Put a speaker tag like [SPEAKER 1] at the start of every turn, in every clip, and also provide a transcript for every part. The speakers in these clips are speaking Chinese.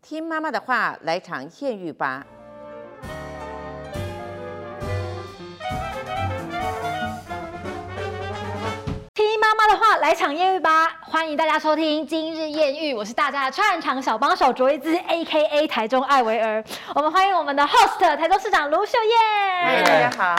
[SPEAKER 1] 听妈妈的话，来场艳遇吧！
[SPEAKER 2] 听妈妈的话，来场艳遇吧！欢迎大家收听《今日艳遇》，我是大家的串场小帮手卓一姿 a K A 台中艾维儿。我们欢迎我们的 host 台中市长卢秀
[SPEAKER 1] 哎，
[SPEAKER 2] 燕。
[SPEAKER 1] 大家好，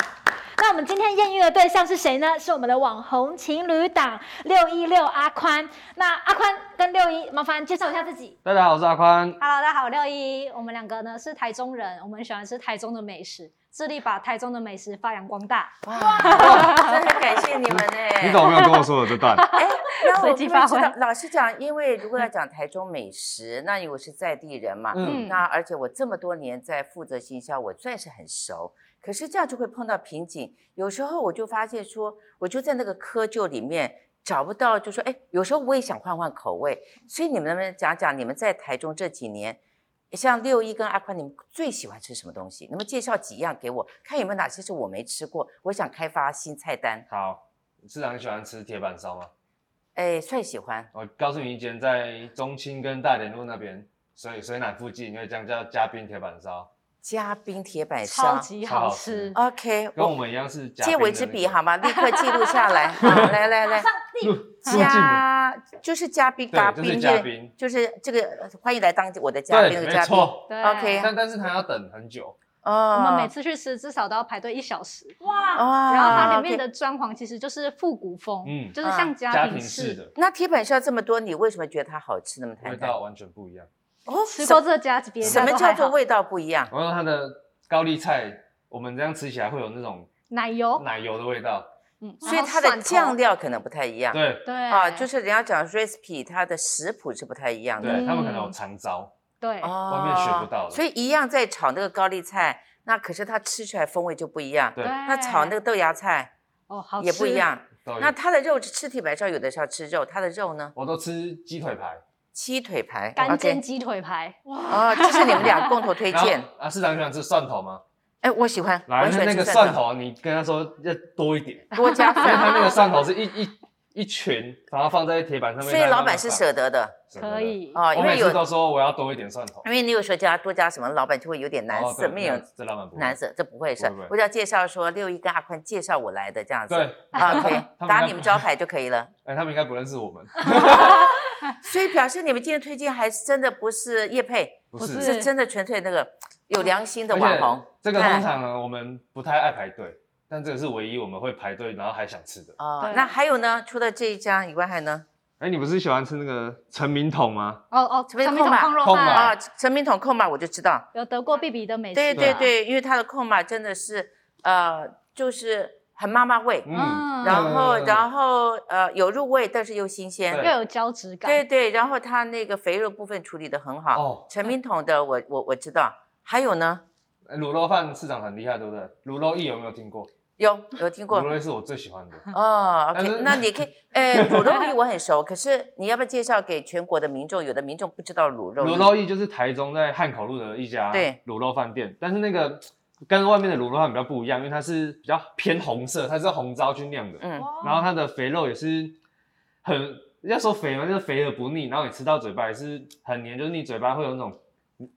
[SPEAKER 2] 那我们今天艳遇的对象是谁呢？是我们的网红情侣档六一六阿宽。那阿宽跟六一，麻烦介绍一下自己。
[SPEAKER 3] 大家好，我是阿宽。
[SPEAKER 4] Hello，大家好，我六一，我们两个呢是台中人，我们喜欢吃台中的美食，致力把台中的美食发扬光大。
[SPEAKER 1] 真的很感谢你们哎。
[SPEAKER 3] 你怎么没有跟我说我这 段？
[SPEAKER 1] 哎，那我
[SPEAKER 4] 随
[SPEAKER 1] 不
[SPEAKER 4] 机
[SPEAKER 1] 知
[SPEAKER 4] 发挥嗯
[SPEAKER 1] 道，老实讲，因为如果要讲台中美食，那因为我是在地人嘛，
[SPEAKER 3] 嗯
[SPEAKER 1] 那而且我这么多年在负责行销，我算是很熟。可是这样就会碰到瓶颈，有时候我就发现说，我就在那个窠臼里面找不到，就说哎，有时候我也想换换口味。所以你们能不能讲讲你们在台中这几年，像六一跟阿宽，你们最喜欢吃什么东西？能不能介绍几样给我，看有没有哪些是我没吃过？我想开发新菜单。
[SPEAKER 3] 好，市长你喜欢吃铁板烧吗？
[SPEAKER 1] 哎，算喜欢。
[SPEAKER 3] 我告诉你一间在中清跟大连路那边水水南附近，有一家叫嘉宾铁板烧，
[SPEAKER 1] 嘉宾铁板
[SPEAKER 4] 超
[SPEAKER 1] 烧
[SPEAKER 4] 级
[SPEAKER 3] 超
[SPEAKER 4] 好
[SPEAKER 3] 好吃
[SPEAKER 4] 吃。
[SPEAKER 1] ，OK，
[SPEAKER 3] 跟我们一样是嘉宾
[SPEAKER 1] 借
[SPEAKER 3] 的那个
[SPEAKER 1] 我一支笔 好吗？立刻记录下来。好，来来来，
[SPEAKER 3] 入入 境的
[SPEAKER 1] 嘉就是嘉宾，
[SPEAKER 3] 对
[SPEAKER 1] 嘉
[SPEAKER 3] 就
[SPEAKER 1] 宾
[SPEAKER 3] 是
[SPEAKER 1] 耶，
[SPEAKER 3] 嘉宾
[SPEAKER 1] 就是这个欢迎来当我的嘉宾
[SPEAKER 3] 对，
[SPEAKER 1] 的
[SPEAKER 3] 没
[SPEAKER 1] 嘉宾。
[SPEAKER 3] 错。
[SPEAKER 4] 对
[SPEAKER 1] OK
[SPEAKER 3] 但但是他要等很久，
[SPEAKER 4] 我
[SPEAKER 1] 哦
[SPEAKER 4] 们每次去吃至少都要排队一小时。
[SPEAKER 1] 哇
[SPEAKER 4] 然后它里面的装潢其实就是复古风，
[SPEAKER 3] 嗯
[SPEAKER 4] 就是
[SPEAKER 1] 啊
[SPEAKER 4] 像
[SPEAKER 3] 家
[SPEAKER 4] 家
[SPEAKER 3] 庭
[SPEAKER 4] 庭
[SPEAKER 3] 式
[SPEAKER 4] 式。
[SPEAKER 3] 的
[SPEAKER 1] 那铁板烧这么多，你为什么觉得它好吃？那么
[SPEAKER 3] 味
[SPEAKER 1] 谈谈
[SPEAKER 3] 道完全不一样。
[SPEAKER 1] 哦，
[SPEAKER 4] 吃
[SPEAKER 1] 什
[SPEAKER 4] 过这家，别
[SPEAKER 1] 什
[SPEAKER 4] 家
[SPEAKER 1] 么
[SPEAKER 4] 都
[SPEAKER 1] 叫
[SPEAKER 4] 还
[SPEAKER 1] 做
[SPEAKER 4] 好。
[SPEAKER 1] 味道不一样？
[SPEAKER 3] 然后它的高丽菜，我们这样吃起来会有那种
[SPEAKER 4] 奶
[SPEAKER 1] 哦
[SPEAKER 4] 油，
[SPEAKER 3] 奶油的味道，
[SPEAKER 4] 嗯，
[SPEAKER 1] 所以
[SPEAKER 4] 然后
[SPEAKER 1] 它的
[SPEAKER 4] 蒜头
[SPEAKER 1] 酱料可能不太一样。
[SPEAKER 3] 对
[SPEAKER 4] 对
[SPEAKER 1] 啊，就是人家讲 recipe，它的食谱是不太一样的。
[SPEAKER 3] 对，
[SPEAKER 4] 嗯
[SPEAKER 3] 他们可能有常招，
[SPEAKER 4] 对
[SPEAKER 1] 外
[SPEAKER 3] 面学不到的
[SPEAKER 1] 所以一样在炒那个高丽菜，那可是它吃出来风味就不一样。
[SPEAKER 3] 对
[SPEAKER 1] 那炒那个豆芽菜
[SPEAKER 4] 哦好
[SPEAKER 1] 也不一
[SPEAKER 4] 吃，
[SPEAKER 1] 样。
[SPEAKER 3] 都哦有
[SPEAKER 1] 那它的肉吃铁板烧，有的是要吃肉，它的肉呢，
[SPEAKER 3] 我都吃鸡腿排，
[SPEAKER 1] 鸡腿排，
[SPEAKER 4] 干煎
[SPEAKER 1] OK
[SPEAKER 4] 鸡腿排，
[SPEAKER 1] 哦，这是你们俩共同推
[SPEAKER 3] 然后
[SPEAKER 1] 荐。
[SPEAKER 3] 啊，市长你喜欢吃蒜头吗？
[SPEAKER 1] 哎，我喜欢，我
[SPEAKER 3] 来，
[SPEAKER 1] 很喜
[SPEAKER 3] 那
[SPEAKER 1] 欢
[SPEAKER 3] 那
[SPEAKER 1] 吃
[SPEAKER 3] 个蒜，头，你跟他说要多一点，因
[SPEAKER 1] 多 加啊
[SPEAKER 3] 为他那
[SPEAKER 1] 蒜。
[SPEAKER 3] 个蒜头是一一一群，然后放在铁板上面。
[SPEAKER 1] 所以老板是舍
[SPEAKER 3] 舍
[SPEAKER 1] 得的
[SPEAKER 3] 得
[SPEAKER 4] 可。以
[SPEAKER 1] 哦，
[SPEAKER 3] 我
[SPEAKER 1] 因为
[SPEAKER 3] 每
[SPEAKER 1] 有
[SPEAKER 3] 次都说我要多一点蒜头
[SPEAKER 1] 因，为你有时候加多加什么，老板就会有点难
[SPEAKER 3] 哦
[SPEAKER 1] 色，
[SPEAKER 3] 对
[SPEAKER 1] 没有
[SPEAKER 3] 那这老板不会
[SPEAKER 1] 难。色，这不会是
[SPEAKER 3] 不会不会。
[SPEAKER 1] 我就要介绍说六一跟阿宽介绍我来的这样子。
[SPEAKER 3] 对，
[SPEAKER 1] 啊，OK，
[SPEAKER 3] 他们
[SPEAKER 1] 打
[SPEAKER 3] 家
[SPEAKER 1] 你们招牌就可以了。
[SPEAKER 3] 哎，他们应该不认识 我们，
[SPEAKER 1] 所以表示你们今天推荐还是真的不是叶配，
[SPEAKER 3] 不
[SPEAKER 4] 不
[SPEAKER 3] 是。
[SPEAKER 1] 是真的纯粹那个有良心的
[SPEAKER 3] 而
[SPEAKER 1] 网
[SPEAKER 3] 且
[SPEAKER 1] 红。
[SPEAKER 3] 这个
[SPEAKER 1] 哎
[SPEAKER 3] 通常呢，我们不太爱排队，但这个是唯一我们会排队，然后还想吃的。
[SPEAKER 1] 哦
[SPEAKER 4] 对，
[SPEAKER 1] 那还有呢？除了这一家以外，还有呢？
[SPEAKER 3] 哎，你不是喜欢吃那个陈明桶吗？
[SPEAKER 4] 哦哦，
[SPEAKER 1] 这边
[SPEAKER 4] 上面
[SPEAKER 1] 空吧
[SPEAKER 4] 烤肉
[SPEAKER 3] 空吧
[SPEAKER 4] 饭
[SPEAKER 1] 啊，陈明桶控吧，我就知道。
[SPEAKER 4] 有得过 B B 的美食，
[SPEAKER 1] 对对
[SPEAKER 4] 吧，
[SPEAKER 1] 对，因为他的控吧真的是呃，就是很妈妈味，
[SPEAKER 4] 嗯
[SPEAKER 1] 然后
[SPEAKER 3] 嗯
[SPEAKER 1] 然后呃有入味，但是又新鲜。
[SPEAKER 3] 对
[SPEAKER 4] 又有胶质感，嗯
[SPEAKER 1] 对对，然后他那个肥肉部分处理的很好。
[SPEAKER 3] 哦，
[SPEAKER 1] 陈明桶的我我我知道，还有呢，
[SPEAKER 3] 卤肉饭市场很厉害，对不对？卤肉意有没有听过？
[SPEAKER 1] 有有听过
[SPEAKER 3] 卤。肉意是我最喜欢的。
[SPEAKER 1] 哦
[SPEAKER 3] 但
[SPEAKER 1] ，OK，
[SPEAKER 3] 是
[SPEAKER 1] 那你可以，哎，卤肉粒我很熟，可是你要不要介绍给全国的民众？有的民众不知道卤肉粒
[SPEAKER 3] 卤肉意就是台中在汉口路的一家
[SPEAKER 1] 对
[SPEAKER 3] 卤肉饭店，但是那个跟外面的卤肉饭比较不一样，因为它是比较偏红色，它是用红糟去酿的，
[SPEAKER 1] 嗯，
[SPEAKER 3] 然后它的肥肉也是很要说肥嘛，就是肥而不腻，然后你吃到嘴巴也是很黏，就是你嘴巴会有那种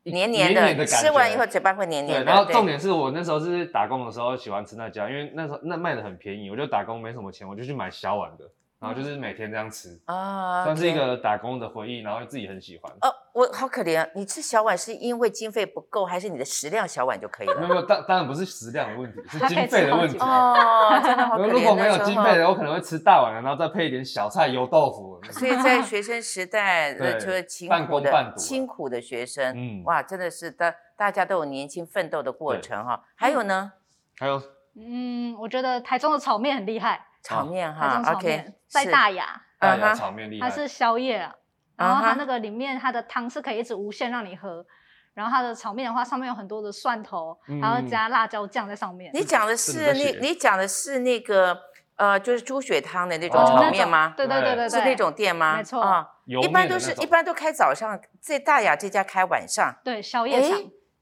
[SPEAKER 3] 一
[SPEAKER 1] 黏黏
[SPEAKER 3] 黏
[SPEAKER 1] 的，
[SPEAKER 3] 的感觉。
[SPEAKER 1] 吃完以后嘴巴会黏
[SPEAKER 3] 对，
[SPEAKER 1] 黏的。
[SPEAKER 3] 然后
[SPEAKER 1] 对
[SPEAKER 3] 重点是我那时候是打工的时候喜欢吃那家，因为那时候那卖的很便宜，我就打工没什么钱，我就去买小碗的，然后就是每天这样吃，
[SPEAKER 1] 啊，
[SPEAKER 3] 算是一
[SPEAKER 1] OK
[SPEAKER 3] 个打工的回忆，然后自己很喜欢。
[SPEAKER 1] 哦，我好可怜啊！你吃小碗是因为经费不够，还是你的食量小碗就可以
[SPEAKER 3] 没有
[SPEAKER 1] 了？
[SPEAKER 3] 没有，当当然不是食量的问题，是经费的问题。
[SPEAKER 1] 哦，真的好可怜。
[SPEAKER 3] 如果没有
[SPEAKER 1] 那时候
[SPEAKER 3] 经费，的，我可能会吃大碗的，然后再配一点小菜油豆腐。
[SPEAKER 1] 所以在学生时代，呃，
[SPEAKER 3] 对
[SPEAKER 1] 就是勤
[SPEAKER 3] 半
[SPEAKER 1] 苦
[SPEAKER 3] 工半
[SPEAKER 1] 的
[SPEAKER 3] 读啊
[SPEAKER 1] 辛苦的学生，
[SPEAKER 3] 嗯，
[SPEAKER 1] 哇，真的是大大家都有年轻奋斗的过
[SPEAKER 3] 对
[SPEAKER 1] 程哈。还有呢，
[SPEAKER 3] 还有
[SPEAKER 4] 嗯，我觉得台中的炒面很厉害，
[SPEAKER 1] 炒面
[SPEAKER 4] 台
[SPEAKER 1] 哈
[SPEAKER 4] 中炒
[SPEAKER 1] 啊，OK，
[SPEAKER 4] 面在
[SPEAKER 1] 是
[SPEAKER 4] 大雅，
[SPEAKER 3] 大
[SPEAKER 1] 嗯
[SPEAKER 3] 牙
[SPEAKER 1] 哼
[SPEAKER 3] 哎炒面厉害
[SPEAKER 4] 它，是宵夜啊，然
[SPEAKER 1] 啊
[SPEAKER 4] 后
[SPEAKER 1] 哈
[SPEAKER 4] 它那个里面它的汤是可以一直无限让你喝，然后它的炒面的话上面有很多的蒜头，
[SPEAKER 3] 嗯
[SPEAKER 4] 还要加辣椒酱在上面。
[SPEAKER 1] 你讲的
[SPEAKER 3] 是
[SPEAKER 1] 是
[SPEAKER 3] 你在
[SPEAKER 1] 那
[SPEAKER 3] 学，
[SPEAKER 1] 你讲的是那个呃，就是猪血汤的那种
[SPEAKER 3] 哦
[SPEAKER 1] 炒面吗？
[SPEAKER 4] 对对对对对，
[SPEAKER 1] 是那种店吗？
[SPEAKER 4] 没错
[SPEAKER 1] 啊
[SPEAKER 3] 油
[SPEAKER 1] 一
[SPEAKER 3] 面的
[SPEAKER 1] 般都是
[SPEAKER 3] 那种嗯
[SPEAKER 1] 一般都开早上，在大雅这家开晚上。
[SPEAKER 4] 对宵夜
[SPEAKER 1] 哎
[SPEAKER 4] 场，，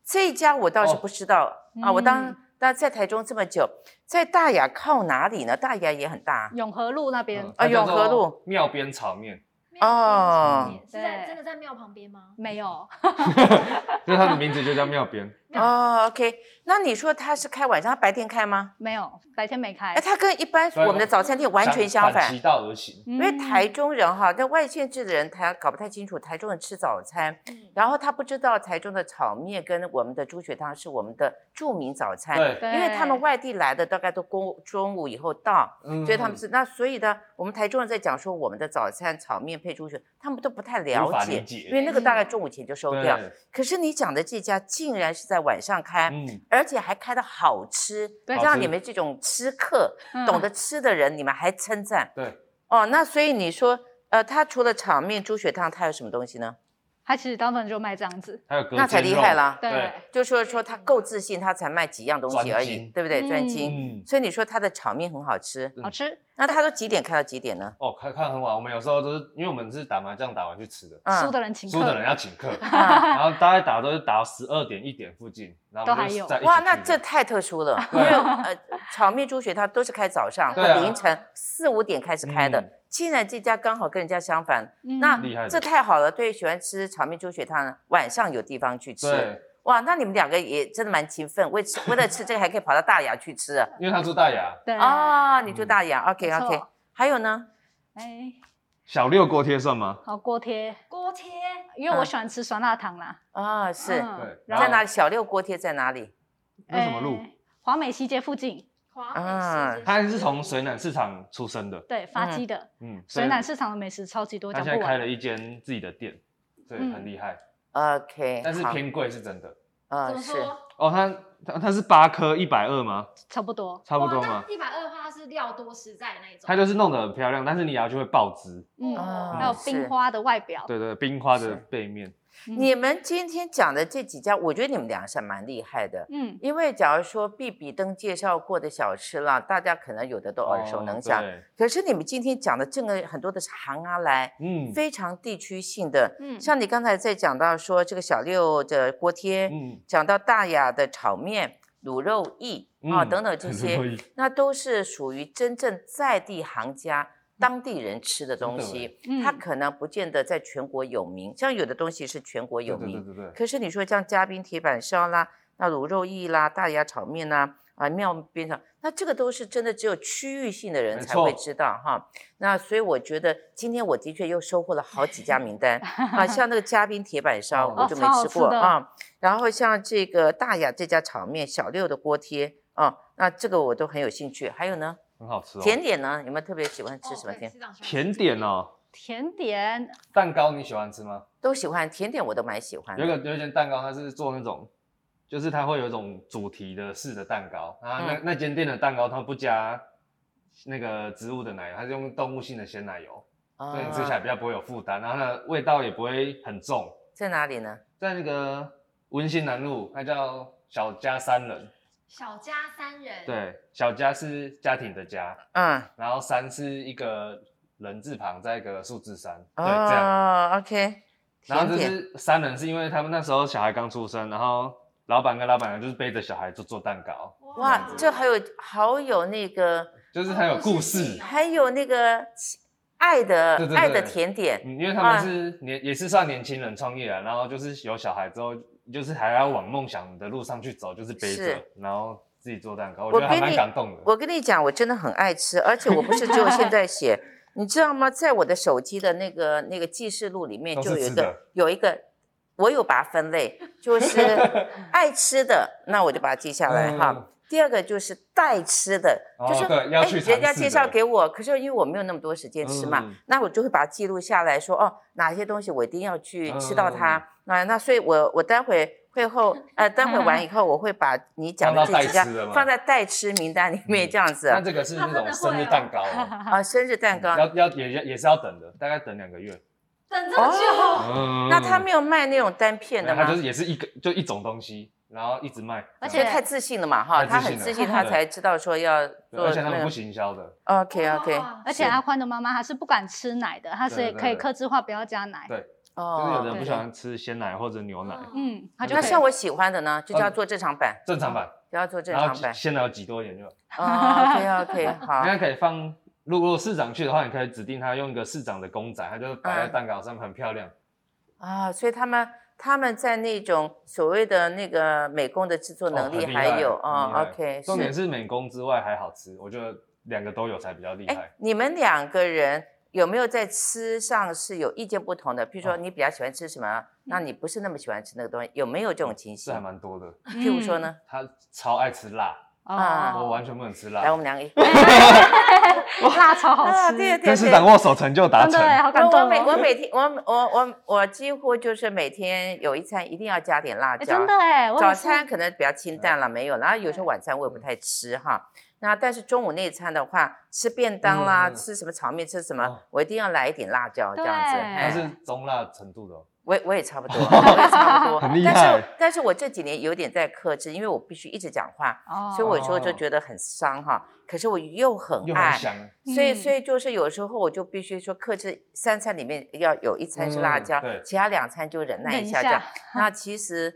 [SPEAKER 1] 这一家我倒是
[SPEAKER 3] 哦
[SPEAKER 1] 不知道、啊，我当
[SPEAKER 4] 嗯
[SPEAKER 1] 但在台中这么久，在大雅靠哪里呢？大雅也很大
[SPEAKER 4] 永和路那边
[SPEAKER 3] 它
[SPEAKER 1] 啊
[SPEAKER 3] 叫
[SPEAKER 1] 永和
[SPEAKER 3] 做
[SPEAKER 1] 路
[SPEAKER 3] 庙边炒面，
[SPEAKER 2] 没有
[SPEAKER 1] 哦
[SPEAKER 2] 没有是在
[SPEAKER 4] 对
[SPEAKER 2] 真的在庙旁边吗？
[SPEAKER 4] 没有，
[SPEAKER 3] 就是它的名字就叫妙边，
[SPEAKER 4] 嗯
[SPEAKER 1] 哦，OK，那你说它是开晚上，它白天开吗？
[SPEAKER 4] 没有，白天没开
[SPEAKER 1] 哎，。它跟一般
[SPEAKER 3] 对啊
[SPEAKER 1] 我们的早餐店完全相反
[SPEAKER 3] 其。道而行。
[SPEAKER 4] 因
[SPEAKER 1] 因为台中人哈，在外县市的人，他搞不太清楚台中人吃早餐，
[SPEAKER 2] 嗯
[SPEAKER 1] 然后他不知道台中的炒面跟我们的猪血汤是我们的著名早餐，
[SPEAKER 3] 对，
[SPEAKER 1] 因为他们外地来的大概都公中午以后到，
[SPEAKER 3] 嗯
[SPEAKER 1] 所以他们是那所以呢，我们台中人在讲说我们的早餐炒面配猪血，他们都不太
[SPEAKER 3] 无
[SPEAKER 1] 了
[SPEAKER 3] 法理
[SPEAKER 1] 解，
[SPEAKER 3] 解
[SPEAKER 1] 因为那个大
[SPEAKER 4] 嗯
[SPEAKER 1] 概中午前就收掉。
[SPEAKER 3] 对
[SPEAKER 1] 可是你讲的这家竟然是在晚上开，
[SPEAKER 3] 嗯，
[SPEAKER 1] 而且还开的好吃，
[SPEAKER 4] 对
[SPEAKER 3] 好
[SPEAKER 1] 让
[SPEAKER 3] 吃
[SPEAKER 1] 你们这种吃客、
[SPEAKER 4] 嗯
[SPEAKER 1] 懂得吃的人，你们还称赞。
[SPEAKER 3] 对，
[SPEAKER 1] 哦，那所以你说，呃，它除了炒面、猪血汤，它有什么东西呢？
[SPEAKER 4] 他其实当本就卖这样子。
[SPEAKER 3] 还有隔
[SPEAKER 1] 那才
[SPEAKER 3] 间
[SPEAKER 1] 厉
[SPEAKER 3] 肉
[SPEAKER 1] 害啦！
[SPEAKER 4] 对，
[SPEAKER 1] 就说说它够自信，它才卖几样东西
[SPEAKER 3] 专
[SPEAKER 1] 而已，
[SPEAKER 3] 精
[SPEAKER 1] 对不对？专
[SPEAKER 4] 嗯
[SPEAKER 1] 精。
[SPEAKER 3] 嗯，
[SPEAKER 1] 所以你说它的炒面很好吃，
[SPEAKER 3] 嗯
[SPEAKER 4] 好吃。
[SPEAKER 1] 那它都几点开到几点呢？
[SPEAKER 3] 哦，看看很晚，我们有时候都是因为我们是打麻将打完去吃的，
[SPEAKER 1] 嗯
[SPEAKER 4] 输的人请客。
[SPEAKER 3] 输的人要请客，
[SPEAKER 1] 啊
[SPEAKER 3] 然后大概打都是打到十二点一点附近，然后我
[SPEAKER 4] 都还
[SPEAKER 3] 们就
[SPEAKER 4] 有
[SPEAKER 3] 在一起
[SPEAKER 1] 哇，
[SPEAKER 3] 吃
[SPEAKER 1] 那
[SPEAKER 3] 的
[SPEAKER 1] 这太特殊 了，因
[SPEAKER 3] 对
[SPEAKER 1] 为呃，炒面、猪血汤都是开早上，
[SPEAKER 3] 对啊
[SPEAKER 1] 凌晨四五点开始开的
[SPEAKER 3] 嗯，
[SPEAKER 1] 竟然这家刚好跟人家相反，
[SPEAKER 4] 嗯
[SPEAKER 1] 那
[SPEAKER 3] 厉害的
[SPEAKER 1] 这太好了，对喜欢吃炒面猪血汤的，晚上有地方去吃。
[SPEAKER 3] 对，
[SPEAKER 1] 哇，那你们两个也真的蛮勤奋，为吃为了吃这个还可以跑到大雅去吃啊！
[SPEAKER 3] 因为他住大雅，
[SPEAKER 4] 对
[SPEAKER 1] 哦，你住
[SPEAKER 3] 嗯
[SPEAKER 1] 大雅，OK
[SPEAKER 4] 没错
[SPEAKER 1] OK。还有呢？
[SPEAKER 4] 哎，
[SPEAKER 3] 小六锅贴算吗？
[SPEAKER 4] 好锅贴，
[SPEAKER 2] 锅贴
[SPEAKER 4] 因为
[SPEAKER 1] 嗯
[SPEAKER 4] 我喜欢吃酸辣汤啦。
[SPEAKER 1] 啊，是
[SPEAKER 4] 嗯
[SPEAKER 3] 对然后
[SPEAKER 1] 在哪里？小六锅贴在哪里？
[SPEAKER 3] 那什么路？
[SPEAKER 4] 哎华美西街附近，
[SPEAKER 2] 华
[SPEAKER 1] 啊
[SPEAKER 2] 美
[SPEAKER 3] 他是从水南市场出生的，
[SPEAKER 4] 对，发鸡的。
[SPEAKER 3] 嗯，所
[SPEAKER 4] 水
[SPEAKER 3] 以
[SPEAKER 4] 南市场的美食超级多，
[SPEAKER 3] 他
[SPEAKER 4] 讲
[SPEAKER 3] 现在
[SPEAKER 4] 不
[SPEAKER 3] 开
[SPEAKER 4] 完。
[SPEAKER 3] 了一间自己的店，对，
[SPEAKER 4] 嗯
[SPEAKER 3] 很厉害，
[SPEAKER 1] ？OK，
[SPEAKER 3] 但是
[SPEAKER 1] 好，
[SPEAKER 3] 偏贵是真的。
[SPEAKER 2] 怎
[SPEAKER 1] 嗯
[SPEAKER 2] 么
[SPEAKER 1] 是
[SPEAKER 2] 说？
[SPEAKER 3] 哦，他他他是八颗一百二吗？
[SPEAKER 4] 差不多。
[SPEAKER 3] 差不多吗？
[SPEAKER 2] 一百二的话，它是料多实在的那一种。
[SPEAKER 3] 它就是弄得很漂亮，但是你牙就会爆汁。
[SPEAKER 4] 嗯，
[SPEAKER 1] 啊
[SPEAKER 4] 还有
[SPEAKER 1] 是
[SPEAKER 4] 冰花的外表。
[SPEAKER 3] 对对，冰花
[SPEAKER 1] 哦是
[SPEAKER 3] 的背面，
[SPEAKER 4] 嗯
[SPEAKER 1] 你们今天讲的这几家，我觉得你们俩是蛮厉害的。
[SPEAKER 4] 嗯，
[SPEAKER 1] 因为假如说必比登介绍过的小吃啦，大家可能有的都耳熟
[SPEAKER 3] 哦
[SPEAKER 1] 能详。
[SPEAKER 3] 对
[SPEAKER 1] 可是你们今天讲的这个很多的是行啊来，
[SPEAKER 3] 嗯
[SPEAKER 1] 非常地区性的。
[SPEAKER 4] 嗯
[SPEAKER 1] 像你刚才在讲到说这个小六的锅贴，
[SPEAKER 3] 嗯
[SPEAKER 1] 讲到大雅的炒面、卤肉意啊、
[SPEAKER 3] 嗯
[SPEAKER 1] 等等这
[SPEAKER 3] 很
[SPEAKER 1] 些，
[SPEAKER 3] 容易
[SPEAKER 1] 那都是属于真正在地行家。当地人吃的东西，
[SPEAKER 4] 真的耶
[SPEAKER 1] 它
[SPEAKER 4] 嗯
[SPEAKER 1] 可能不见得在全国有名，像有的东西是全国有
[SPEAKER 3] 对
[SPEAKER 1] 名
[SPEAKER 3] 对，对对对，
[SPEAKER 1] 可是你说像嘉宾铁板烧啦，那卤肉意啦，大牙炒面啦，啊庙边上，那这个都是真的只有区域性的人
[SPEAKER 3] 没
[SPEAKER 1] 才会
[SPEAKER 3] 错
[SPEAKER 1] 知道哈。那所以我觉得今天我的确又收获了好几家名 单啊，像那个嘉宾铁板烧
[SPEAKER 3] 哦
[SPEAKER 1] 我就没
[SPEAKER 4] 超好
[SPEAKER 1] 吃
[SPEAKER 4] 吃
[SPEAKER 1] 过
[SPEAKER 4] 的
[SPEAKER 1] 啊，然后像这个大雅这家炒面，小六的锅贴啊，那这个我都很有兴趣。还有呢，
[SPEAKER 3] 很好吃哦。
[SPEAKER 1] 甜点呢，有没有特别喜
[SPEAKER 2] 哦
[SPEAKER 1] 欢吃
[SPEAKER 3] 哦
[SPEAKER 1] 什么甜？
[SPEAKER 3] 甜点哦，
[SPEAKER 4] 甜点
[SPEAKER 3] 蛋糕你喜欢吃吗？
[SPEAKER 1] 都喜欢甜点，我都蛮喜欢
[SPEAKER 3] 有一
[SPEAKER 1] 的。
[SPEAKER 3] 个有一间蛋糕，它是做那种，就是它会有一种主题的式的蛋糕啊。
[SPEAKER 1] 嗯
[SPEAKER 3] 那那间店的蛋糕它不加那个植物的奶油，它是用动物性的鲜奶油，所以你吃起来
[SPEAKER 1] 啊
[SPEAKER 3] 比较不会有负担，然后呢味道也不会很重。
[SPEAKER 1] 在哪里呢？
[SPEAKER 3] 在那个文心南路，它叫小家三人，
[SPEAKER 2] 小家三人，，
[SPEAKER 3] 对，小家是家庭的家，
[SPEAKER 1] 嗯，
[SPEAKER 3] 然后三是一个人字旁再一个数字三，对，这样。
[SPEAKER 1] 哦，OK。
[SPEAKER 3] 然后
[SPEAKER 1] 甜
[SPEAKER 3] 就
[SPEAKER 1] 点
[SPEAKER 3] 是三人，是因为他们那时候小孩刚出生，然后老板跟老板娘就是背着小孩就做蛋糕，
[SPEAKER 1] 哇，
[SPEAKER 3] 嗯
[SPEAKER 1] 这还有好有那个，
[SPEAKER 3] 就是很有
[SPEAKER 1] 哦
[SPEAKER 3] 故事。
[SPEAKER 1] 还有那个亲爱的
[SPEAKER 3] 对对对
[SPEAKER 1] 爱的甜点，
[SPEAKER 3] 嗯，因为他们是年也是算年轻人创业啊，然后就是有小孩之后，就是还要往梦想的路上去走，就是背着
[SPEAKER 1] 是，
[SPEAKER 3] 然后自己做蛋糕，我
[SPEAKER 1] 我
[SPEAKER 3] 觉得还
[SPEAKER 1] 跟
[SPEAKER 3] 蛮
[SPEAKER 1] 你
[SPEAKER 3] 感动的。
[SPEAKER 1] 我跟你讲，我真的很爱吃，而且我不是只有 现在写，你知道吗？在我的手机的那个那个记事录里面
[SPEAKER 3] 都是
[SPEAKER 1] 就有一
[SPEAKER 3] 吃
[SPEAKER 1] 个
[SPEAKER 3] 的
[SPEAKER 1] 有一个，我有把它分类，就是 爱吃的，那我就把它记下来哈。
[SPEAKER 3] 嗯
[SPEAKER 1] 第二个就是带吃的，
[SPEAKER 3] 哦
[SPEAKER 1] 就说
[SPEAKER 3] 对要
[SPEAKER 1] 哎
[SPEAKER 3] 去
[SPEAKER 1] 人家
[SPEAKER 3] 尝试
[SPEAKER 1] 介绍
[SPEAKER 3] 的
[SPEAKER 1] 给我，可是因为我没有那么多时间吃嘛，
[SPEAKER 3] 嗯
[SPEAKER 1] 那我就会把它记录下来说，哦，哪些东西我一定要去吃到它。
[SPEAKER 3] 嗯
[SPEAKER 1] 那那所以我，我待会会后，呃，待会 完以后，我会把你讲的
[SPEAKER 3] 放到
[SPEAKER 1] 这几家
[SPEAKER 3] 待吃的吗
[SPEAKER 1] 放在待吃名单里面，
[SPEAKER 3] 嗯
[SPEAKER 1] 这样子
[SPEAKER 3] 那
[SPEAKER 1] 啊、
[SPEAKER 3] 这个是
[SPEAKER 2] 他
[SPEAKER 3] 那
[SPEAKER 2] 真
[SPEAKER 3] 种
[SPEAKER 2] 的
[SPEAKER 3] 生日
[SPEAKER 2] 会哦
[SPEAKER 3] 蛋糕 哦，
[SPEAKER 1] 生日蛋糕。
[SPEAKER 3] 要要也也也是要等的，大概等两个月。
[SPEAKER 2] 等这么
[SPEAKER 1] 哦
[SPEAKER 2] 久，
[SPEAKER 3] 嗯
[SPEAKER 1] 那他没有卖那种单片的
[SPEAKER 3] 对
[SPEAKER 1] 吗？
[SPEAKER 3] 它就是也是一个就一种东西，然后一直卖，
[SPEAKER 4] 而
[SPEAKER 1] 所以
[SPEAKER 4] 且
[SPEAKER 1] 太自信了嘛，哈，
[SPEAKER 3] 太自
[SPEAKER 1] 他很
[SPEAKER 3] 信了
[SPEAKER 1] 自信，他
[SPEAKER 3] 对
[SPEAKER 1] 才知道说要
[SPEAKER 3] 对
[SPEAKER 1] 做
[SPEAKER 3] 而且他
[SPEAKER 1] 那
[SPEAKER 3] 们
[SPEAKER 1] 个
[SPEAKER 3] 不。行销的，
[SPEAKER 1] OK OK，
[SPEAKER 2] 哇
[SPEAKER 4] 而且阿宽的妈妈她是不敢吃奶的，她
[SPEAKER 3] 对
[SPEAKER 4] 是
[SPEAKER 3] 对
[SPEAKER 4] 可以
[SPEAKER 3] 对
[SPEAKER 4] 克制化，不要加奶。
[SPEAKER 3] 对就是有的
[SPEAKER 1] 哦
[SPEAKER 3] 人不
[SPEAKER 4] 对
[SPEAKER 3] 喜欢吃鲜奶或者牛奶，
[SPEAKER 4] 嗯，她就
[SPEAKER 1] 那
[SPEAKER 4] 可以
[SPEAKER 1] 像我喜欢的呢，就是要做正常版，
[SPEAKER 3] 正常版，
[SPEAKER 1] 哦就要做正
[SPEAKER 3] 啊然后
[SPEAKER 1] 常
[SPEAKER 3] 挤
[SPEAKER 1] 版。
[SPEAKER 3] 鲜奶要挤多一点就好，
[SPEAKER 1] 哦，OK OK，好
[SPEAKER 3] 应。该可以放如果市长去的话，你可以指定他用一个市长的公仔，他就摆在
[SPEAKER 1] 嗯
[SPEAKER 3] 蛋糕上，很漂亮。
[SPEAKER 1] 啊，所以他们他们在那种所谓的那个美工的制作
[SPEAKER 3] 哦
[SPEAKER 1] 能
[SPEAKER 3] 很
[SPEAKER 1] 力
[SPEAKER 3] 厉
[SPEAKER 1] 还
[SPEAKER 3] 害
[SPEAKER 1] 有
[SPEAKER 3] 很厉
[SPEAKER 1] 啊、
[SPEAKER 3] 害
[SPEAKER 1] o k
[SPEAKER 3] 重点是美工之外还好吃，我觉得两个都有才比较厉
[SPEAKER 1] 哎
[SPEAKER 3] 害，。
[SPEAKER 1] 你们两个人有没有在吃上是有意见不同的？譬如说
[SPEAKER 3] 哦
[SPEAKER 1] 你比较喜欢吃什么，那
[SPEAKER 4] 嗯
[SPEAKER 1] 你不是那么喜欢吃那个东西，有没有这种情
[SPEAKER 3] 哦是
[SPEAKER 1] 形
[SPEAKER 3] 还？蛮多的。
[SPEAKER 1] 譬如
[SPEAKER 4] 嗯
[SPEAKER 1] 说呢，
[SPEAKER 3] 他超爱吃辣，
[SPEAKER 4] 哦
[SPEAKER 1] 啊
[SPEAKER 3] 我完全不能吃
[SPEAKER 1] 来我
[SPEAKER 3] 辣。
[SPEAKER 1] 们两个一起，
[SPEAKER 4] 辣超好
[SPEAKER 1] 啊
[SPEAKER 4] 吃，
[SPEAKER 1] 对对
[SPEAKER 3] 跟市
[SPEAKER 1] 对
[SPEAKER 3] 长握手成就达
[SPEAKER 4] 真
[SPEAKER 3] 成
[SPEAKER 4] 的，耶好感动
[SPEAKER 1] 我
[SPEAKER 4] 哦。
[SPEAKER 1] 每 我每天我我我我几乎就是每天有一餐一定要加点辣
[SPEAKER 4] 哎
[SPEAKER 1] 椒，
[SPEAKER 4] 真的哎，我也
[SPEAKER 1] 早
[SPEAKER 4] 是
[SPEAKER 1] 餐可能比较清淡了，没有，然后有时候晚餐我也不太吃哈。那但是中午那一餐的话，吃便当啦，
[SPEAKER 3] 嗯嗯
[SPEAKER 1] 吃什么炒面，吃什么，
[SPEAKER 3] 哦
[SPEAKER 1] 我一定要来一点辣椒这样子。
[SPEAKER 4] 对
[SPEAKER 3] 它
[SPEAKER 1] 哎
[SPEAKER 3] 是中辣程度的哦。
[SPEAKER 1] 我我也差 不多，我也差不多，
[SPEAKER 3] 很厉
[SPEAKER 1] 但是
[SPEAKER 3] 害
[SPEAKER 1] 但是我这几年有点在克制，因为我必须一直讲话，
[SPEAKER 4] 哦
[SPEAKER 1] 所以我有时候就
[SPEAKER 3] 哦
[SPEAKER 1] 觉得很伤哈。可是我又很
[SPEAKER 3] 又很
[SPEAKER 1] 爱，
[SPEAKER 3] 香，
[SPEAKER 1] 所以
[SPEAKER 4] 嗯
[SPEAKER 1] 所以就是有时候我就必须说克制，三餐里面要有一餐是辣
[SPEAKER 3] 嗯
[SPEAKER 1] 椒，
[SPEAKER 3] 对
[SPEAKER 1] 其他两餐就忍耐一
[SPEAKER 4] 忍一
[SPEAKER 1] 下这样
[SPEAKER 4] 下。
[SPEAKER 1] 那其实，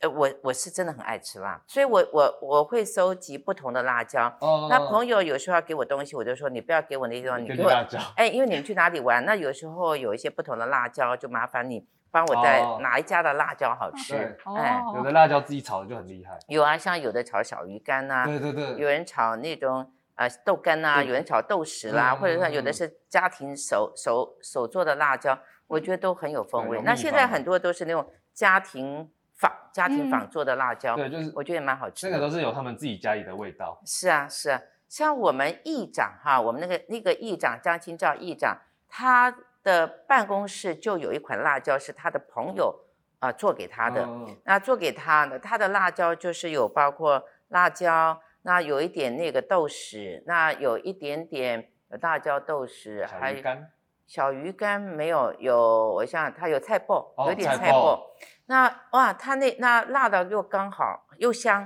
[SPEAKER 1] 呃，我我是真的很爱吃辣，所以我我我会收集不同的辣椒。
[SPEAKER 3] 哦
[SPEAKER 1] 那朋友有时候要给我东西，我就说你不要给我那种，你
[SPEAKER 3] 跟
[SPEAKER 1] 给
[SPEAKER 3] 你
[SPEAKER 1] 我
[SPEAKER 3] 辣椒，
[SPEAKER 1] 哎，因为你们去哪里玩，那有时候有一些不同的辣椒，就麻烦你帮我带
[SPEAKER 3] 哦
[SPEAKER 1] 哪一家的辣椒好 吃。
[SPEAKER 3] 对，
[SPEAKER 1] 哎，
[SPEAKER 3] 有的
[SPEAKER 4] 哦，
[SPEAKER 3] 辣椒自己炒的就很厉害。
[SPEAKER 1] 有啊，像有的炒小鱼干呐、
[SPEAKER 3] 对对
[SPEAKER 1] 啊有
[SPEAKER 3] 对，
[SPEAKER 1] 人炒那种呃豆干呐、
[SPEAKER 3] 对
[SPEAKER 1] 有人炒豆豉啦、
[SPEAKER 3] 嗯
[SPEAKER 1] 或者说有的
[SPEAKER 3] 嗯嗯
[SPEAKER 1] 是家庭手手手做的辣椒，我觉得都很有风
[SPEAKER 3] 对
[SPEAKER 1] 味
[SPEAKER 3] 有。
[SPEAKER 1] 那
[SPEAKER 3] 秘
[SPEAKER 1] 现
[SPEAKER 3] 方
[SPEAKER 1] 在
[SPEAKER 3] 嘛
[SPEAKER 1] 很多都是那种家庭坊家庭坊做的辣椒，
[SPEAKER 3] 嗯对，就是
[SPEAKER 1] 我觉得也蛮好吃
[SPEAKER 3] 那
[SPEAKER 1] 的。
[SPEAKER 3] 个都是有他们自己家里的味道。
[SPEAKER 1] 是啊，是啊，像我们议长哈，我们那个那个议长张清照议长，他的办公室就有一款辣椒是他的朋友啊、呃做给他的。
[SPEAKER 3] 嗯，嗯
[SPEAKER 1] 那做给他的，他的辣椒就是有包括辣椒，那有一点那个豆豉，那有一点点辣椒豆豉，还
[SPEAKER 3] 小鱼
[SPEAKER 1] 有
[SPEAKER 3] 干，
[SPEAKER 1] 小鱼干没有，有我想想，它有菜爆，
[SPEAKER 3] 哦
[SPEAKER 1] 有点
[SPEAKER 3] 菜
[SPEAKER 1] 菜
[SPEAKER 3] 爆
[SPEAKER 1] 爆。那哇，它那那辣的又刚好又香，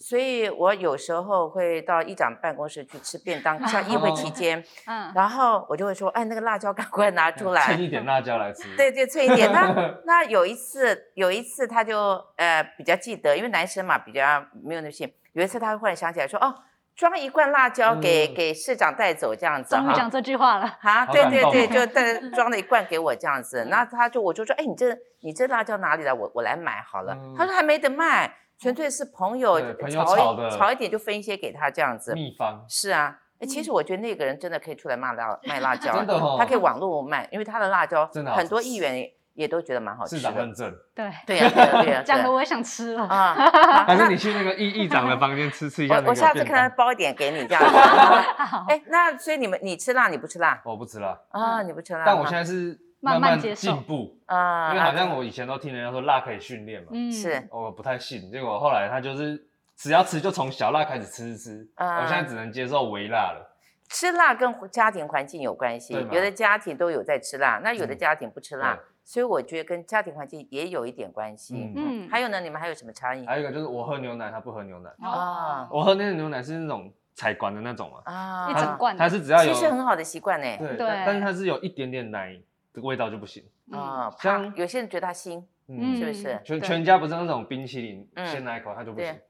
[SPEAKER 1] 所以我有时候会到议长办公室去吃便当，像议会期间，
[SPEAKER 4] 嗯，
[SPEAKER 1] 然后我就会说，哎，那个辣椒赶快拿出来
[SPEAKER 3] 蹭，一点辣椒来 吃。
[SPEAKER 1] 对对，脆一点。那那有一次，有一次他就呃比较记得，因为男生嘛比较没有那些。有一次他忽然想起来说，哦，装一罐辣椒给、
[SPEAKER 3] 嗯
[SPEAKER 1] 给市长带走这样子
[SPEAKER 4] 终于
[SPEAKER 1] 哈。
[SPEAKER 4] 讲这句话了，
[SPEAKER 1] 啊，
[SPEAKER 3] 好
[SPEAKER 1] 对
[SPEAKER 3] 感
[SPEAKER 1] 对
[SPEAKER 3] 动
[SPEAKER 1] 对，
[SPEAKER 3] 哦
[SPEAKER 1] 就 带
[SPEAKER 4] 嗯
[SPEAKER 1] 装了一罐给我这样子，那他就我就说，哎，你这你这辣椒哪里来？我我来买好了。他
[SPEAKER 3] 嗯
[SPEAKER 1] 说还没得卖，纯粹是朋友
[SPEAKER 3] 对朋
[SPEAKER 1] 炒
[SPEAKER 3] 友炒
[SPEAKER 1] 一
[SPEAKER 3] 的
[SPEAKER 1] 炒一点就分一些给他这样子。
[SPEAKER 3] 秘方，
[SPEAKER 1] 是啊，哎其实
[SPEAKER 4] 嗯
[SPEAKER 1] 我觉得那个人真的可以出来卖辣卖辣椒，
[SPEAKER 3] 真的哦
[SPEAKER 1] 他可以网络卖，因为他的辣椒
[SPEAKER 3] 真的好吃
[SPEAKER 1] 很多议员也都觉得蛮好吃
[SPEAKER 3] 市长
[SPEAKER 1] 的。
[SPEAKER 3] 认证。
[SPEAKER 4] 对，
[SPEAKER 1] 对呀、对呀、 对呀、啊对
[SPEAKER 4] 讲
[SPEAKER 1] 呀
[SPEAKER 4] 的我也想吃了。
[SPEAKER 1] 啊， 啊
[SPEAKER 3] 还是你去那个议议长的房间吃吃一下
[SPEAKER 1] 我
[SPEAKER 3] 那
[SPEAKER 1] 我
[SPEAKER 3] 个
[SPEAKER 1] 下次
[SPEAKER 3] 便
[SPEAKER 1] 看他
[SPEAKER 3] 当。
[SPEAKER 1] 包一点给你 这样子。
[SPEAKER 4] 好
[SPEAKER 1] 哎，那所以你们你吃辣，你不吃辣
[SPEAKER 3] 我不吃辣，
[SPEAKER 4] 嗯
[SPEAKER 1] 啊？你不吃辣吗？
[SPEAKER 3] 但我现在是
[SPEAKER 4] 慢慢
[SPEAKER 3] 慢
[SPEAKER 4] 接受
[SPEAKER 3] 进步，
[SPEAKER 1] 啊，
[SPEAKER 3] 因为好像
[SPEAKER 1] 啊
[SPEAKER 3] 我以前都听人家说辣可以训练嘛，哦
[SPEAKER 4] 嗯
[SPEAKER 1] 是
[SPEAKER 3] 我不太信。结果后来他就是只要吃就从小辣开始吃吃吃，
[SPEAKER 1] 啊
[SPEAKER 3] 我现在只能接受微辣了。
[SPEAKER 1] 吃辣跟家庭环境有关系，
[SPEAKER 3] 对嘛
[SPEAKER 1] 有的家庭都有在吃辣，那有的
[SPEAKER 3] 嗯
[SPEAKER 1] 家庭不吃辣，
[SPEAKER 3] 对
[SPEAKER 1] 所以我觉得跟家庭环境也有一点关系。
[SPEAKER 3] 嗯
[SPEAKER 1] 嗯，
[SPEAKER 4] 嗯
[SPEAKER 1] 还有呢，你们还有什么差异？
[SPEAKER 3] 还有一个就是我喝牛奶，他不喝牛奶。
[SPEAKER 1] 啊
[SPEAKER 3] 我喝那个牛奶是那种采管的那种嘛，
[SPEAKER 1] 啊
[SPEAKER 4] 哦一整罐的
[SPEAKER 3] 它是只要有
[SPEAKER 1] 其实很好的习惯呢。
[SPEAKER 3] 对，
[SPEAKER 4] 对
[SPEAKER 3] 但但是它是有一点点奶的味道就不行。
[SPEAKER 4] 嗯
[SPEAKER 1] 啊、怕
[SPEAKER 3] 像
[SPEAKER 1] 有些人觉得它腥，
[SPEAKER 3] 嗯，
[SPEAKER 1] 是不是
[SPEAKER 3] 全
[SPEAKER 4] 对
[SPEAKER 3] 全家不是那种冰淇淋
[SPEAKER 1] 嗯
[SPEAKER 3] 鲜奶口它就不行
[SPEAKER 1] 对，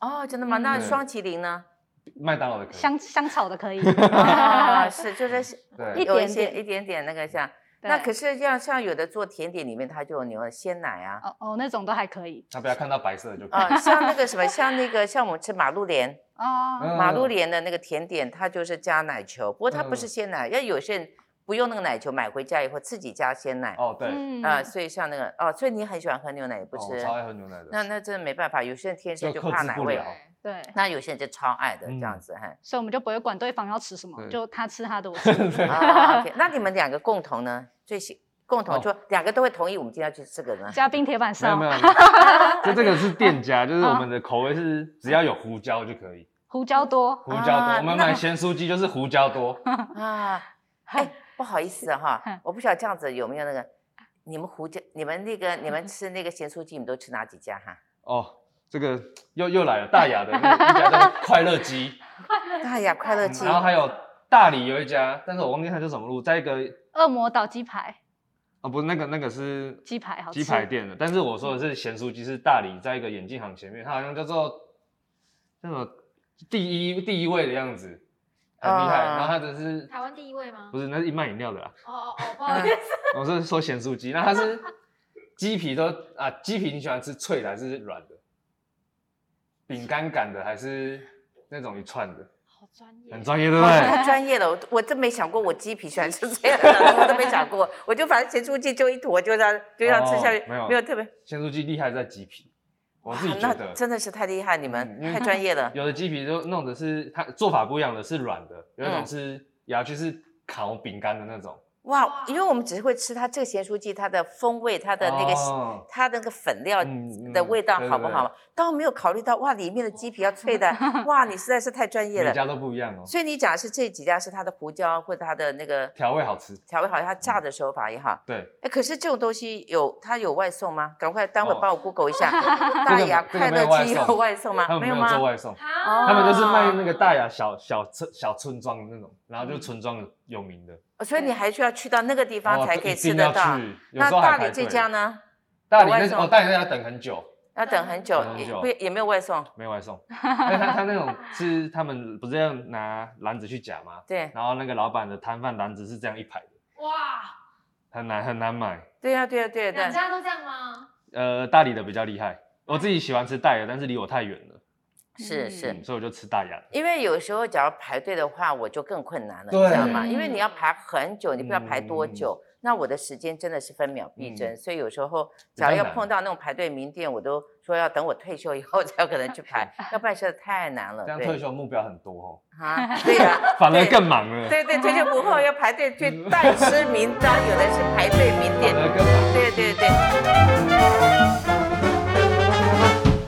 [SPEAKER 1] 哦，真的吗？那
[SPEAKER 3] 嗯
[SPEAKER 1] 双麒麟 呢？
[SPEAKER 3] 麦当劳的可以。
[SPEAKER 4] 香香草的 可以，
[SPEAKER 1] 啊，是，就是是
[SPEAKER 3] 对
[SPEAKER 4] 一
[SPEAKER 1] 有一
[SPEAKER 4] 点
[SPEAKER 1] 些
[SPEAKER 4] 点
[SPEAKER 1] 一点点那个像，
[SPEAKER 4] 对
[SPEAKER 1] 那可是像像有的做甜点里面它就有牛鲜奶啊，
[SPEAKER 4] 哦哦那种都还可以
[SPEAKER 3] 他不要看到白色的就可以。
[SPEAKER 1] 啊，像那个什么，像那个像我们吃马路莲，
[SPEAKER 4] 哦，
[SPEAKER 3] 嗯嗯
[SPEAKER 1] 马路莲的那个甜点，它就是加奶球，不过它不是鲜奶，因为有些人不用那个奶球，买回家以后自己加鲜奶，
[SPEAKER 3] 哦，对，
[SPEAKER 4] 嗯
[SPEAKER 1] 啊，所以像那个哦，所以你很喜欢喝牛奶，也不
[SPEAKER 3] 哦
[SPEAKER 1] 吃
[SPEAKER 3] 我，超爱喝牛奶
[SPEAKER 1] 那
[SPEAKER 3] 的。
[SPEAKER 1] 那真的没办法，有些人天生
[SPEAKER 3] 就
[SPEAKER 1] 就
[SPEAKER 3] 克
[SPEAKER 1] 怕
[SPEAKER 3] 制
[SPEAKER 1] 奶
[SPEAKER 3] 不
[SPEAKER 1] 味
[SPEAKER 3] 了，
[SPEAKER 4] 对，
[SPEAKER 1] 那有些人就超爱的这样
[SPEAKER 3] 嗯
[SPEAKER 1] 子，嘿。
[SPEAKER 4] 所以我们就不会管对方要吃什么，
[SPEAKER 3] 对
[SPEAKER 4] 就他吃他的，我吃我的
[SPEAKER 1] 啊，OK，那你们两个共同呢？最喜共同
[SPEAKER 3] 哦
[SPEAKER 1] 就两个都会同意我们今天要去吃这个呢？
[SPEAKER 4] 嘉宾铁板
[SPEAKER 3] 没有
[SPEAKER 4] 烧
[SPEAKER 3] 没，有，就这个是店家，就是我们的口味是只要有胡椒就可以，
[SPEAKER 4] 胡椒多，
[SPEAKER 3] 胡椒多。
[SPEAKER 1] 啊
[SPEAKER 3] 我们
[SPEAKER 1] 那
[SPEAKER 3] 买咸酥鸡就是胡椒多，
[SPEAKER 1] 啊，哎，不好意思哈
[SPEAKER 4] 哼，
[SPEAKER 1] 我不晓得这样子有没有那个，你们胡椒，你们那个你
[SPEAKER 4] 嗯
[SPEAKER 1] 们吃那个咸酥鸡，你们都吃哪几家 哈？
[SPEAKER 3] 哦，这个又又来了，大雅的那一 家叫快乐鸡，
[SPEAKER 1] 哎呀，快乐
[SPEAKER 3] 嗯
[SPEAKER 1] 鸡
[SPEAKER 3] 然后还有大理有一家，但是我忘记它叫什么路，在一个
[SPEAKER 4] 恶魔岛鸡排，
[SPEAKER 3] 哦不，那个那个是
[SPEAKER 4] 鸡排好吃
[SPEAKER 3] 鸡排店的，但是我说的是咸酥鸡，是大理在一个眼镜行前面，它好像叫做叫什么第一第一位的样子，很厉害。
[SPEAKER 1] 啊
[SPEAKER 3] 然后它只是
[SPEAKER 2] 台湾第一位吗
[SPEAKER 3] 不？是那是一卖饮料的啦，
[SPEAKER 2] 哦哦哦，不好 意思，
[SPEAKER 3] 我是说咸酥鸡，那它是鸡皮都啊，鸡皮你喜欢吃脆的还是软的？饼干擀的还是那种一串的？
[SPEAKER 2] 好专
[SPEAKER 3] 很
[SPEAKER 1] 哦
[SPEAKER 2] 业。
[SPEAKER 3] 专业，对不
[SPEAKER 1] 哇
[SPEAKER 3] 对？
[SPEAKER 1] 太专业了，我我真没想过我鸡皮喜欢吃这样的，我都没想 过，我就反正咸酥鸡就一坨，就让就让吃下去
[SPEAKER 3] 哦，没有
[SPEAKER 1] 没有特别。
[SPEAKER 3] 咸酥鸡厉害在鸡皮，我自己
[SPEAKER 1] 哇
[SPEAKER 3] 觉
[SPEAKER 1] 那
[SPEAKER 3] 得。
[SPEAKER 1] 真的是太厉害，你们
[SPEAKER 3] 嗯
[SPEAKER 1] 太专业了。
[SPEAKER 3] 有的鸡皮就弄的是它做法不一样的，是软的，有一
[SPEAKER 1] 嗯
[SPEAKER 3] 种是咬下去是烤饼干的那种。
[SPEAKER 1] 哇，因为我们只是会吃它这个咸酥鸡，它的风味，它的那个
[SPEAKER 3] 哦
[SPEAKER 1] 它那个粉料
[SPEAKER 3] 嗯
[SPEAKER 1] 的
[SPEAKER 3] 嗯
[SPEAKER 1] 味道
[SPEAKER 3] 对
[SPEAKER 1] 好
[SPEAKER 3] 对
[SPEAKER 1] 不
[SPEAKER 3] 对
[SPEAKER 1] 好嘛？但我没有考虑到，哇，里面的鸡皮要脆 的，哇，你实在是太专业
[SPEAKER 3] 每
[SPEAKER 1] 了。
[SPEAKER 3] 家都不一样哦，
[SPEAKER 1] 所以你讲的是这几家是它的胡椒或者它的那个
[SPEAKER 3] 调味好吃。
[SPEAKER 1] 调味好，它炸的手法也好。
[SPEAKER 3] 对，
[SPEAKER 1] 哎，可是这种东西有它有外送吗？赶快，待会
[SPEAKER 3] 哦
[SPEAKER 1] 帮我 Google 一 下，大雅
[SPEAKER 3] 这个
[SPEAKER 1] 快
[SPEAKER 3] 没有
[SPEAKER 1] 乐鸡
[SPEAKER 3] 外
[SPEAKER 1] 啊有
[SPEAKER 3] 送
[SPEAKER 1] 外送吗？
[SPEAKER 3] 他们没有做
[SPEAKER 1] 吗？
[SPEAKER 3] 外送，
[SPEAKER 1] 哦
[SPEAKER 3] 他们就是卖那个大雅小小村小村庄的那种，然后就是村庄的有名的，
[SPEAKER 1] 哦所以你还需要去到那个嗯地方
[SPEAKER 3] 哦
[SPEAKER 1] 才
[SPEAKER 3] 这
[SPEAKER 1] 可以
[SPEAKER 3] 一
[SPEAKER 1] 吃
[SPEAKER 3] 定
[SPEAKER 1] 得
[SPEAKER 3] 要
[SPEAKER 1] 到。
[SPEAKER 3] 去有
[SPEAKER 1] 那
[SPEAKER 3] 时候
[SPEAKER 1] 大
[SPEAKER 3] 还
[SPEAKER 1] 理
[SPEAKER 3] 排
[SPEAKER 1] 这
[SPEAKER 3] 队
[SPEAKER 1] 家呢？
[SPEAKER 3] 大理
[SPEAKER 1] 有外
[SPEAKER 3] 那
[SPEAKER 1] 送
[SPEAKER 3] 哦大理那要等很久，
[SPEAKER 1] 要等很久，
[SPEAKER 3] 嗯等很
[SPEAKER 1] 也
[SPEAKER 3] 久
[SPEAKER 1] 不也没有外送。
[SPEAKER 3] 没有外送，但他他那种是他们不是要拿篮子去夹吗？
[SPEAKER 1] 对
[SPEAKER 3] 然后那个老板的摊贩篮子是这样一排的，
[SPEAKER 2] 哇，
[SPEAKER 3] 很难很难买。
[SPEAKER 1] 对呀、对呀、对呀、对呀。
[SPEAKER 2] 两家都这样吗？
[SPEAKER 3] 呃，大理的比较厉害，我自己喜欢吃大雅，但是离我太远了，
[SPEAKER 1] 是是。
[SPEAKER 3] 所以我就吃大雅。
[SPEAKER 1] 因为有时候假如排队的话，我就更困难了，
[SPEAKER 3] 对
[SPEAKER 1] 你知道吗？
[SPEAKER 2] 嗯
[SPEAKER 1] 因为你要排很久，你不知道排多久。那我的时间真的是分秒必争，
[SPEAKER 3] 嗯
[SPEAKER 1] 所以有时候
[SPEAKER 3] 比较
[SPEAKER 1] 假如要
[SPEAKER 3] 难
[SPEAKER 1] 碰到那种排队名店，我都说要等我退休以后 才有可能去排，要不然实在太难了。
[SPEAKER 3] 这样
[SPEAKER 1] 啊对
[SPEAKER 3] 退休目标很多
[SPEAKER 1] 啊，对呀、
[SPEAKER 3] 哦，反而
[SPEAKER 1] 对
[SPEAKER 3] 更忙了，
[SPEAKER 1] 对对，退休不后要排队 去代吃名单，有的是排队名
[SPEAKER 3] 反
[SPEAKER 1] 店。
[SPEAKER 3] 而更
[SPEAKER 1] 对
[SPEAKER 3] 忙。
[SPEAKER 1] 对对。